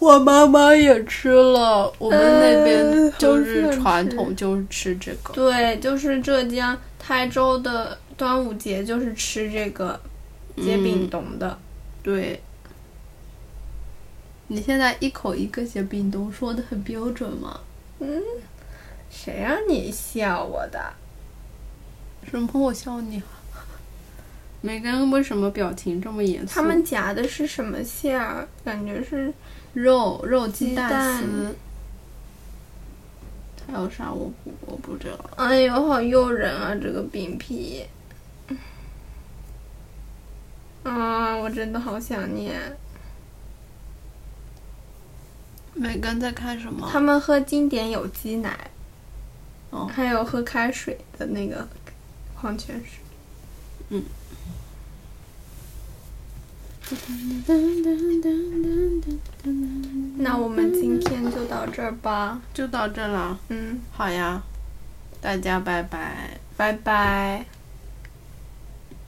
Speaker 3: 我妈妈也吃了，我们那
Speaker 1: 呃
Speaker 3: 边就
Speaker 1: 好
Speaker 3: 是
Speaker 1: 想
Speaker 3: 传
Speaker 1: 吃
Speaker 3: 统就是吃这个。
Speaker 1: 对，就是浙江台州的端午节就是吃这个煎饼懂的。
Speaker 3: 对，你现在一口一个写饼都说的很标准嘛？
Speaker 4: 谁让你笑我的？
Speaker 3: 什么？我笑你啊？每个人为什么表情这么严肃？
Speaker 1: 他们夹的是什么馅儿？感觉是
Speaker 3: 肉肉鸡
Speaker 1: 蛋
Speaker 3: 丝，还有啥？我不我不知道。
Speaker 1: 哎呦，好诱人啊！这个饼皮，啊，我真的好想念。
Speaker 3: 每个人在看什么？
Speaker 1: 他们喝经典有机奶，
Speaker 3: 哦
Speaker 1: 还有喝开水的那个矿泉水。那我们今天就到这儿吧，
Speaker 3: 就到这了，
Speaker 1: 嗯，
Speaker 3: 好呀，大家拜拜。
Speaker 1: 拜拜。